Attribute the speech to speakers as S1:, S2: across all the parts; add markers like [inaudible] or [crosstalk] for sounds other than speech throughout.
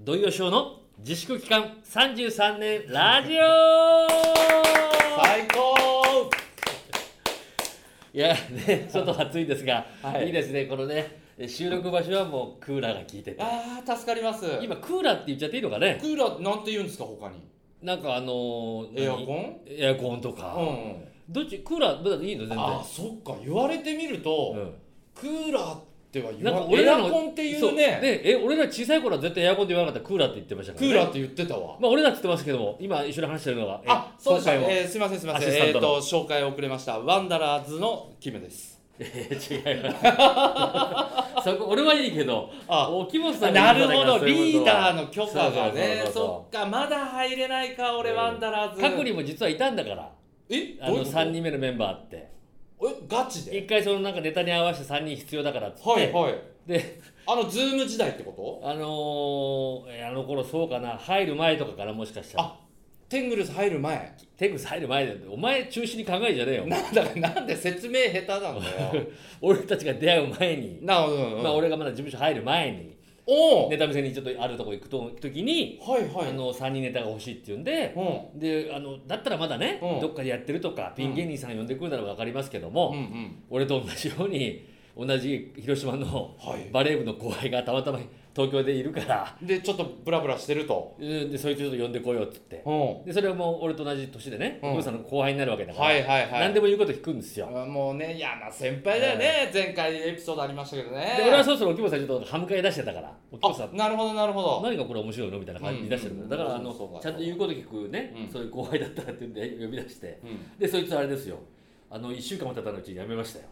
S1: 土井善雄の自粛期間33年ラジオ
S2: 最高
S1: いやねちょっと暑いですが、
S2: はい
S1: いいですねこのね収録場所はもうクーラーが効いてて
S2: あー助かります今
S1: 今クーラーって言っちゃっていいのかね
S2: クーラーなんて言うんですか他に
S1: なんかあのー
S2: エアコ
S1: 何
S2: ン
S1: エアコンとか、
S2: うんうん
S1: どっちクーラーまだいいの全然
S2: あそっか言われてみると、
S1: うん
S2: クーラーっては言
S1: なんか
S2: わ
S1: 俺
S2: エ
S1: ら
S2: ア
S1: の
S2: コンってい
S1: そう
S2: ね
S1: でえ俺ら小さい頃は絶対エアコンで言わなかったクーラーって言ってましたか
S2: ク
S1: ら、ね、
S2: ーラーって言ってたわ
S1: まあ俺らって言ってますけども今一緒に話してるのがえ
S2: あそうでした、
S1: 今回も
S2: えーすいませんすいませ
S1: ア
S2: ん
S1: シスタ
S2: え
S1: ント
S2: っ、
S1: の
S2: と紹介遅れましたワンダラーズのキムです
S1: えー [laughs] 違います [laughs] そこ俺はいいけど
S2: あ
S1: お木本さんに
S2: なるほど
S1: そうい
S2: リ
S1: うこ
S2: ー
S1: と
S2: ダー
S1: は
S2: の許可がね
S1: そうそうそうそう
S2: そっかまだ入れないか俺、
S1: うん
S2: ワンダラーズ
S1: 過去にも実はいたんだから
S2: え
S1: あ
S2: どうい
S1: の
S2: うこと
S1: 3人目のメンバーって
S2: えガチで
S1: 一回そのなんかネタに合わせて3人必要だからっつって、
S2: はいはい
S1: で
S2: あのズーム時代ってこと
S1: あのーえーあの頃そうかな入る前とかからもしかしたら
S2: あテングルス入る前
S1: テグス入る前でお前中心に考えんじゃねえよ
S2: なん [laughs] だかなんで説明下手
S1: [laughs]
S2: なんだよ
S1: 俺たちが出会う前に、
S2: なあ、うんうん
S1: まあ、俺がまだ事務所入る前に
S2: おお、
S1: ネタ見せにちょっとあるとこ行くと時に、
S2: はいはい
S1: あの3人ネタが欲しいって言うんで、
S2: う
S1: であのだったらまだね、
S2: うん
S1: どっかでやってるとかピン芸人さん呼んでくるなら分かりますけども、
S2: んうんうん
S1: 俺と同じように同じ広島の
S2: はい
S1: バレー部の後輩がたまたま東京でいるから
S2: でちょっとブラブラしてると
S1: うんでそいつちょっと呼んでこようっつって
S2: うんは
S1: でそれはもう俺と同じ年でね
S2: う
S1: お
S2: ん
S1: 父さんの後輩になるわけだ
S2: い
S1: から、
S2: はいはい
S1: 何でも言うこと聞くんですよ、
S2: あもうね嫌な先輩だよね、前回エピソードありましたけどね
S1: で俺はそろそろおきもさんちょっと歯向かい出してたからおきもさ
S2: あ
S1: ん
S2: なるほどなるほど
S1: 何がこれ面白いのみたいな感じに出してる
S2: うん
S1: からだからあ
S2: そう
S1: の
S2: か
S1: ちゃんと言うこと聞くね、
S2: うん
S1: そういう後輩だったらっていうんで呼び出して
S2: うん
S1: でそいつはあれですよあの1週間も経たのうちに辞めましたよ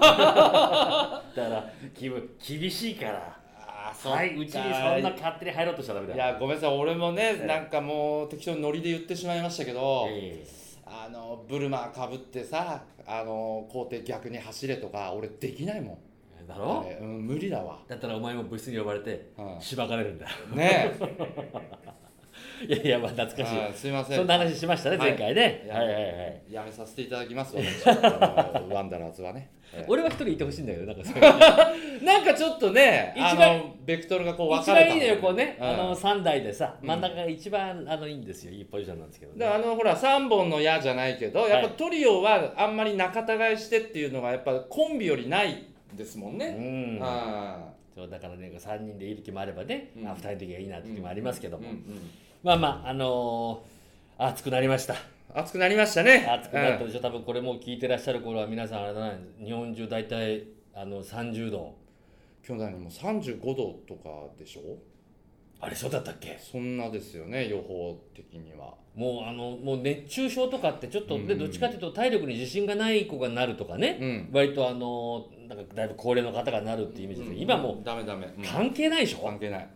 S2: [laughs]
S1: だから気分厳しいから
S2: あーそっか
S1: はいうちにそんな勝手に入ろうとしたらダメだ
S2: い
S1: よ
S2: やごめんなさい俺もね
S1: え
S2: なんかもう適当にノリで言ってしまいましたけど、
S1: え
S2: あのブルマかぶってさあの校庭逆に走れとか俺できないもん
S1: えだろ
S2: あれうん、無理だ
S1: [laughs]
S2: わ
S1: だったらお前も部室に呼ばれて
S2: うん
S1: しばかれるんだ [laughs]
S2: ねえ
S1: いやいやまあ懐かし
S2: はい
S1: い
S2: すいません
S1: そんな話しましたね
S2: はい
S1: 前回ね
S2: や
S1: はいはいはい
S2: やめさせていただき [laughs] ます私あのワンダラーズはねえ
S1: 俺は一人いてほしいんだけどなんかそういう
S2: えなんかちょっとね
S1: 一
S2: あ
S1: 番
S2: のベクトルがこう分
S1: 一
S2: かれ
S1: 番
S2: た
S1: いいのよこうね
S2: ん
S1: あの3台でさ
S2: うん
S1: 真ん中が一番あのいいんですよいいポジションなんですけど
S2: だから
S1: ね
S2: あのほら3本の矢じゃないけどやっぱ
S1: は
S2: トリオはあんまり仲違いしてっていうのがやっぱコンビよりないですもん
S1: う
S2: ね、
S1: ん
S2: あ
S1: そうだからね3人でいる時もあればね
S2: うん
S1: あ2人の時がいいなって時もありますけ
S2: あ
S1: ど
S2: うんう
S1: も
S2: ん
S1: まあまああのー熱くなりました
S2: 熱くなりましたね
S1: 暑くなったでしょ、多分これもう聞いてらっしゃる頃は皆さんあれだな日本中大体あの30度
S2: うん、今日何もう35度とかでしょ
S1: あれそうだったっけ
S2: そんなですよね予報的には
S1: もうあのもう熱中症とかってちょっと、
S2: うん
S1: でどっちかっていうと体力に自信がない子がなるとかね、
S2: うん
S1: 割とあのなんかだいぶ高齢の方がなるっていうイメージですけど、今も
S2: ダメダメ、う
S1: うん関係ないでしょ、
S2: 関係ない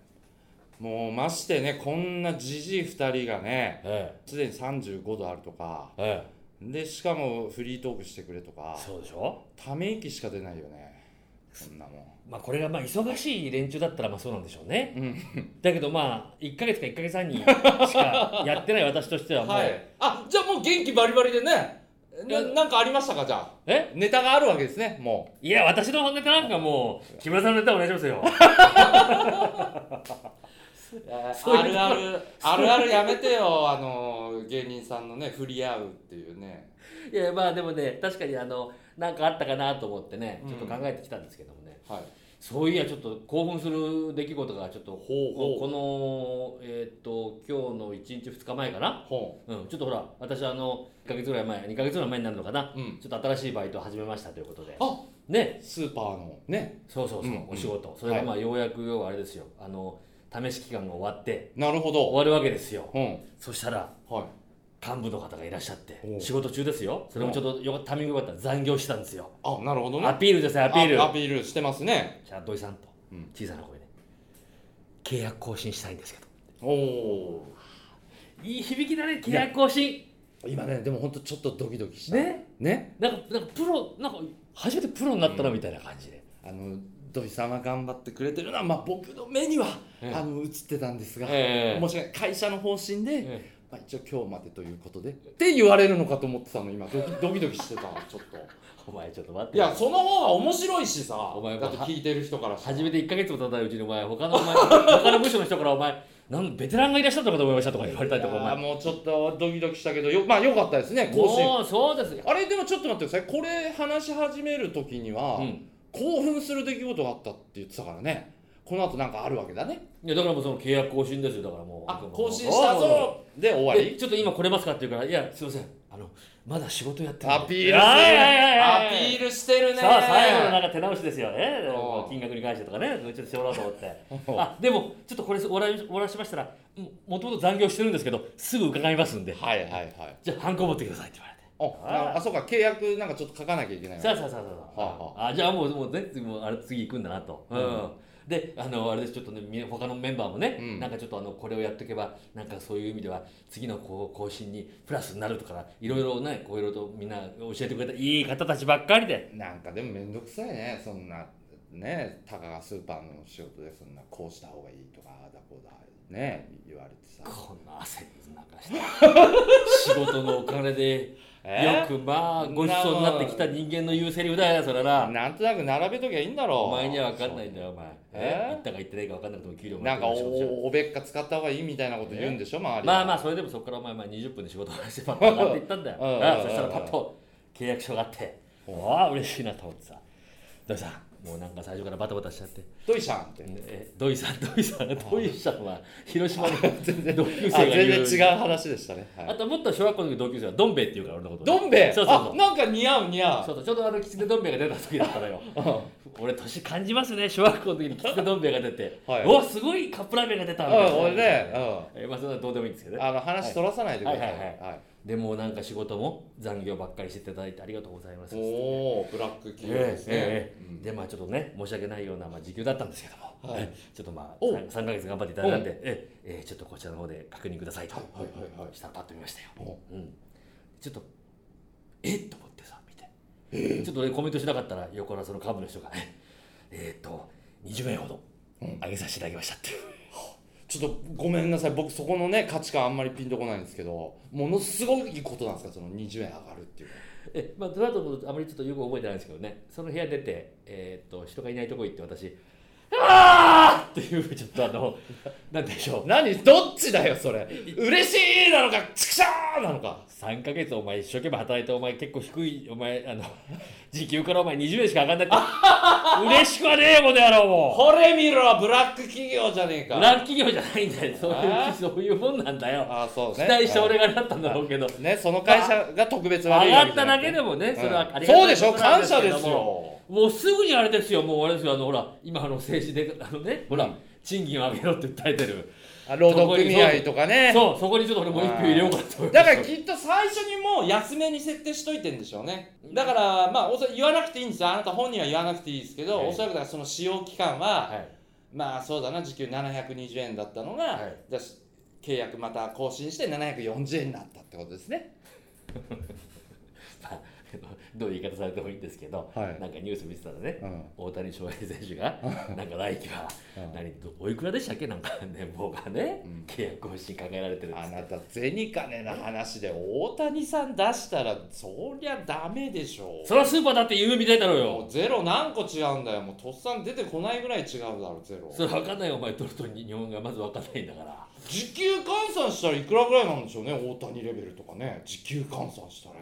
S2: もうましてねこんなじじい2人がね
S1: え
S2: すでに35度あるとか
S1: ええ
S2: でしかもフリートークしてくれと
S1: え
S2: か
S1: そうでしょ
S2: ため息しか出ないよねそんなも
S1: まあこれがまあ忙しい連中だったらまあそうなんでしょうね、
S2: ん、うん、
S1: だけどまあ1か月か1か月半にし [laughs] かやってない私としてはもう、
S2: はいあじゃあもう元気バリバリでねななんかありましたかじゃあ
S1: え
S2: ネタがあるわけですねも
S1: いや、私の本ネタなんかもう、木村さんのネタお願いしますよ。
S2: う
S1: そう
S2: あ
S1: いう
S2: るあるあるあるやめてよあの芸人さんのね振り合うっていうね
S1: いや、まあでもね、確かにあの、なんかあったかなと思ってね、ちょっと考えてきたんですけどもね、
S2: はい
S1: そういや、ちょっと興奮する出来事がちょっと、
S2: ほうほう
S1: この、えーっと、今日の1日2日前かな。
S2: ほ
S1: うん、ちょっとほら、私あの、1ヶ月ぐらい前、2ヶ月ぐらい前になるのかな。
S2: ううん
S1: ちょっと新しいバイトを始めましたということで。
S2: あ
S1: ね、
S2: スーパーのね
S1: そうそうそう、
S2: うん
S1: お仕事。それがまあ、ようやく、要はあれですよ、あの、試し期間が終わって、
S2: なるほ
S1: 終
S2: ど
S1: わるわけですよ。
S2: うん
S1: そしたら、
S2: はい
S1: 幹部の方がいらっしゃって
S2: おう
S1: 仕事中ですよそれもちょっとよかタイミングよかったら残業してたんですよ
S2: あなるほどね
S1: アピールですよアピール
S2: あアピールしてますね
S1: じゃあ土井さんと
S2: うん
S1: 小さな声で契約更新したいんですけど
S2: おお
S1: いい響きだね契約更新
S2: 今ねでも本当ちょっとドキドキした
S1: ね
S2: ね
S1: なんかなんかプロなんか初めてプロになったなみたいな感じで、
S2: あの土井さんは頑張ってくれてるのは、まあ、僕の目には、
S1: ええ
S2: あの映ってたんですが、
S1: ええ
S2: もし訳ない会社の方針で、
S1: え
S2: まあ、一応今日までということでって言われるのかと思ってたの今ドキドキドキしてた [laughs] ちょっと
S1: [laughs] お前ちょっと待って
S2: いやその方が面白いしさ
S1: お前
S2: だって聞いてる人からしたら
S1: [laughs] 初めて1か月も経たないうちにお前他のお前他の部署の人からお前なんベテランがいらっしゃったのかと思いましたとか言われたりとかお
S2: あ
S1: 前
S2: もうちょっとドキドキしたけどよまあよかったですね更新
S1: もうそうですよ、
S2: あれでもちょっと待ってくださいこれ話し始める時には、
S1: うん、
S2: 興奮する出来事があったって言ってたからねこの後なんかあるわけだね
S1: いやだからもうその契約更新ですよだからもう
S2: あ更新した
S1: そうそう
S2: ぞで終わ
S1: そうで
S2: り
S1: ちょっと今来れますかって言うからいやすいませんあのまだ仕事やってるんで
S2: アピールしてる
S1: はいはいはいはい
S2: アピールしてるね
S1: さあ最後のなんか手直しですよねでも
S2: うん
S1: 金額に関してとかねちょっとしてもらおうと思
S2: [laughs]
S1: って
S2: うん
S1: あでもちょっとこれ終わら終わらしましたらももともと残業してるんですけどすぐ伺いますんで
S2: はいはいはい
S1: じゃあハンコ持ってくださいって言われて
S2: あ
S1: あ
S2: ああそうか契約なんかちょっと書かなきゃいけないわ
S1: さあさあさあさあ、
S2: はあは
S1: あじゃあもうもう,、ね、もうあれ次行くんだなと、うん
S2: うん
S1: であのあれですちょっとねみ他のメンバーもね、
S2: うん
S1: なんかちょっとあのこれをやっておけばなんかそういう意味では次のこう更新にプラスになるとかいろいろねこういろいろとみんな教えてくれたいい方たちばっかりで
S2: なんかでも面倒くさいねそんなねたかがスーパーの仕事でそんなこうした方がいいとかああだこうだね言われてさ
S1: こんな汗なんかして仕事のお金で
S2: え
S1: よくまあごちそうになってきた人間の言うセリフだよそれな
S2: なんとなく並べときゃいいんだろう
S1: お前には分かんないんだよお前
S2: え
S1: え行ったか行ってないか分かんなくても給料もら
S2: な
S1: っ
S2: ん
S1: てる仕
S2: か
S1: 事じゃん
S2: おおべっか使った方がいいみたいなこと言うんでしょ周りは
S1: まあまあそれでもそこからお前まあ20分で仕事をしてパッと上がっていったんだよ
S2: うん
S1: ああそしたらパッと契約書があってわあ嬉しいなと思ってさ土井さんもうなんか最初からバタバタしちゃって
S2: ドイシャンって
S1: え土井さん土井さん土井さんは広島の
S2: 全然
S1: 同級生
S2: あ
S1: が言う
S2: 全然違う話でしたね、は
S1: あ
S2: い、
S1: ともっと小学校の時同級生はどん兵衛っていうから俺のこと
S2: どん兵衛
S1: そうそうそう
S2: あなんか似合う似合
S1: そううそうちょうどあのきつねどん兵衛が出た時だったのよ俺年感じますね小学校の時にきつねどん兵衛が出て
S2: はい
S1: おすごいカップラーメンが出た
S2: う
S1: み
S2: ん
S1: たいな
S2: 俺ね、う
S1: えまあそんなのどうでもいいんですけどね
S2: ん、あの話取らさないでください、
S1: はいはいはい
S2: はい
S1: でもうなんか仕事も残業ばっかりしていただいてありがとうございます。
S2: おおブラック企業
S1: ええ
S2: ですね、
S1: ええ
S2: うん
S1: でまあちょっとね申し訳ないような、まあ、時給だったんですけども、
S2: はい
S1: ええちょっとまあ
S2: お
S1: 3, ヶ月頑張っていただいたんで、ええええちょっとこちらの方で確認くださいと、
S2: はいはいはい
S1: したらパッと見ましたよ、
S2: お
S1: うん、ちょっとえっと思ってさ見て、ちょっと俺コメントしなかったら横からその幹部の人がねえーっと20円ほど上げさせていただきましたっていう、
S2: ちょっとごめんなさい僕そこのね価値観あんまりピンとこないんですけどものすごいことなんですかその20円上がるっていう
S1: えまあ、その後もあまりちょっとよく覚えてないんですけどねその部屋出て、えーっと人がいないとこ行って私「ああ!」っていうちょっとあの [laughs] なんでしょう
S2: 何どっちだよそれ嬉しいなのかちくしゃーなのか
S1: 3ヶ月お前一生懸命働いてお前結構低いお前あの [laughs] 時給からお前20円しか上がんなくて [laughs] 嬉しくはねえもんやろも
S2: これ見ろブラック企業じゃねえ
S1: う
S2: か
S1: 裏企業じゃないんだよそうい
S2: あ
S1: うそういうもんなんだよ
S2: ああそう
S1: 期
S2: ね
S1: 待して俺がなったんだろうけど
S2: ねその会社が特別悪い
S1: 上
S2: わ
S1: が
S2: け
S1: っ
S2: じゃ
S1: た
S2: な
S1: だ
S2: く
S1: け
S2: て
S1: でもねそれはありがたい
S2: そうでしょ
S1: ことなん
S2: 感謝
S1: け
S2: で
S1: ども
S2: すよ
S1: もうすぐにあれですよもうあれですよあのほら今あの政治であのねほら、
S2: うん
S1: 賃金を上げろって訴えてる
S2: あ労働組合とかね
S1: そうそこにちょっと俺も一票入れようかと思いま
S2: だ
S1: す
S2: からきっと最初にもう安めに設定しといてんでしょうねだからまあおそらく言わなくていいんですよあなた本人は言わなくていいですけど、
S1: はい
S2: おそらくだからその使用期間は、
S1: はい
S2: まあそうだな時給720円だったのが、
S1: はい
S2: じゃあし契約また更新して740円になったってことですね
S1: まあどういう言い方されてもいいんですけど、
S2: はい
S1: なんかニュース見てたらね、
S2: うん
S1: 大谷翔平選手
S2: [laughs]
S1: がなんか来季は
S2: うん
S1: 何どおいくらでしたっけなんか年俸がね、
S2: うん
S1: 契約更新考えられてるんで
S2: あ
S1: す
S2: なた銭金の話で大谷さん出したらそりゃダメでしょう
S1: そりゃスーパーだって夢見たいだろう
S2: も
S1: よ
S2: うゼロ何個違うんだよもうとっさん出てこないぐらい違うだろゼロ
S1: それ分かんないよお前ドルと日本がまず分かんないんだから
S2: 時給換算したらいくらぐらいなんでしょうね大谷レベルとかね時給換算したら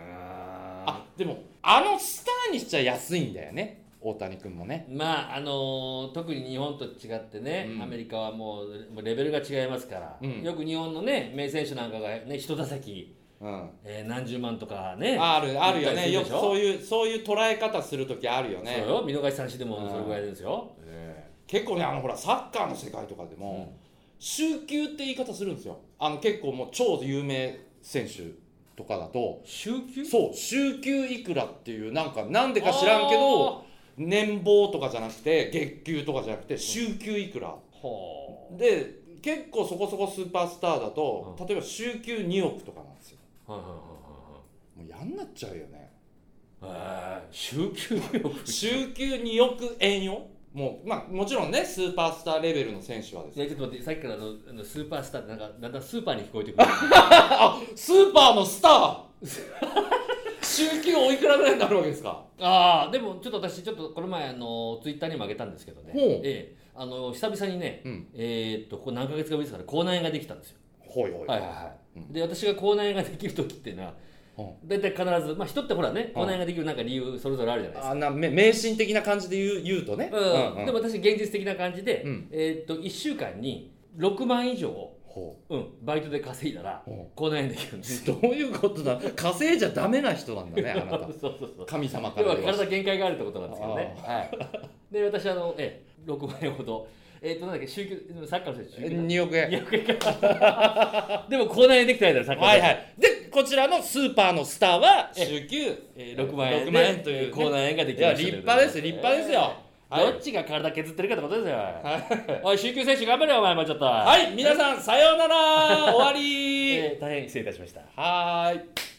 S2: あでもあのスターにしちゃ安いんだよね大谷君もね
S1: まああのー特に日本と違ってね、
S2: うん
S1: アメリカはもうレベルが違いますから、
S2: うん
S1: よく日本のね名選手なんかがね一打席、
S2: うん
S1: えー何十万とかね
S2: あるあるよね
S1: 言
S2: よ
S1: ったりするで
S2: く
S1: しょ
S2: そういうそういう捉え方する時あるよね
S1: そうよ見逃し三振でもそれぐらいですよ
S2: 結構ねあのほらサッカーの世界とかでも、週休って言い方するんですよあの結構もう超有名選手とかだと
S1: 週休
S2: そう週休いくらっていうなんかなんでか知らんけど年俸とかじゃなくて月給とかじゃなくて週休いくら、
S1: ほ
S2: で結構そこそこスーパースターだと、例えば週休2億とかなんですよ
S1: うはいはい
S2: もう嫌になっちゃうよ [laughs] ね
S1: はいはいはいえー週休2億 [laughs]
S2: 週休2億円よもうまあもちろんねスーパースターレベルの選手はです
S1: い
S2: ね
S1: やちょっと待ってさっきからあのあのスーパースターってなんかだんだんスーパーに聞こえてくる
S2: あスーパーのスター [laughs] 週休おいくらぐらいになるわけですか
S1: ああでもちょっと私ちょっとこの前あのツイッターにもあげたんですけどね
S2: ほう
S1: ええあの久々にね、
S2: うん
S1: えーっとここ何ヶ月かぶりですから口内炎ができたんですよ
S2: ほいほい
S1: はいはいはい、
S2: うん
S1: で私が口内炎ができる時っていうのは
S2: うん
S1: 大体必ず、まあ、人ってほらね口内炎ができるなんか理由それぞれあるじゃないですか、
S2: あなめ迷信的な感じで言う言うとね、
S1: うんで
S2: も
S1: も私現実的な感じで、
S2: うん
S1: えーっと1週間に6万以上を、
S2: ほ
S1: うん、バイトで稼いだら
S2: うん
S1: 口内炎できるんです
S2: う [laughs] どういうことだ稼いじゃダメな人なんだね
S1: [laughs]
S2: あなた
S1: そうそうそう
S2: 神様か
S1: 要
S2: ら
S1: は
S2: 言わせ
S1: 体
S2: て
S1: 限界があるってことなんですけどね、はい、で私あの、ええ、6万円ほどえーっとなんだっけ週休サッカーの人休
S2: 2億円
S1: でも口内炎できた間だサッカー
S2: はいはいでこちらのスーパーのスターは
S1: え
S2: 週休
S1: えー6万円
S2: 6万円と
S1: え
S2: い
S1: ー
S2: う、
S1: 口
S2: ね、
S1: 内炎がで
S2: い
S1: き
S2: や
S1: ました
S2: 立派です立派です
S1: え
S2: よ、
S1: ー
S2: はい
S1: どっちが体削ってるかってことですよ、
S2: [laughs]
S1: おい週休選手頑張れよお前もうちょっとは
S2: はい皆さんさようなら終わり
S1: えー大変失礼いたしました
S2: はーい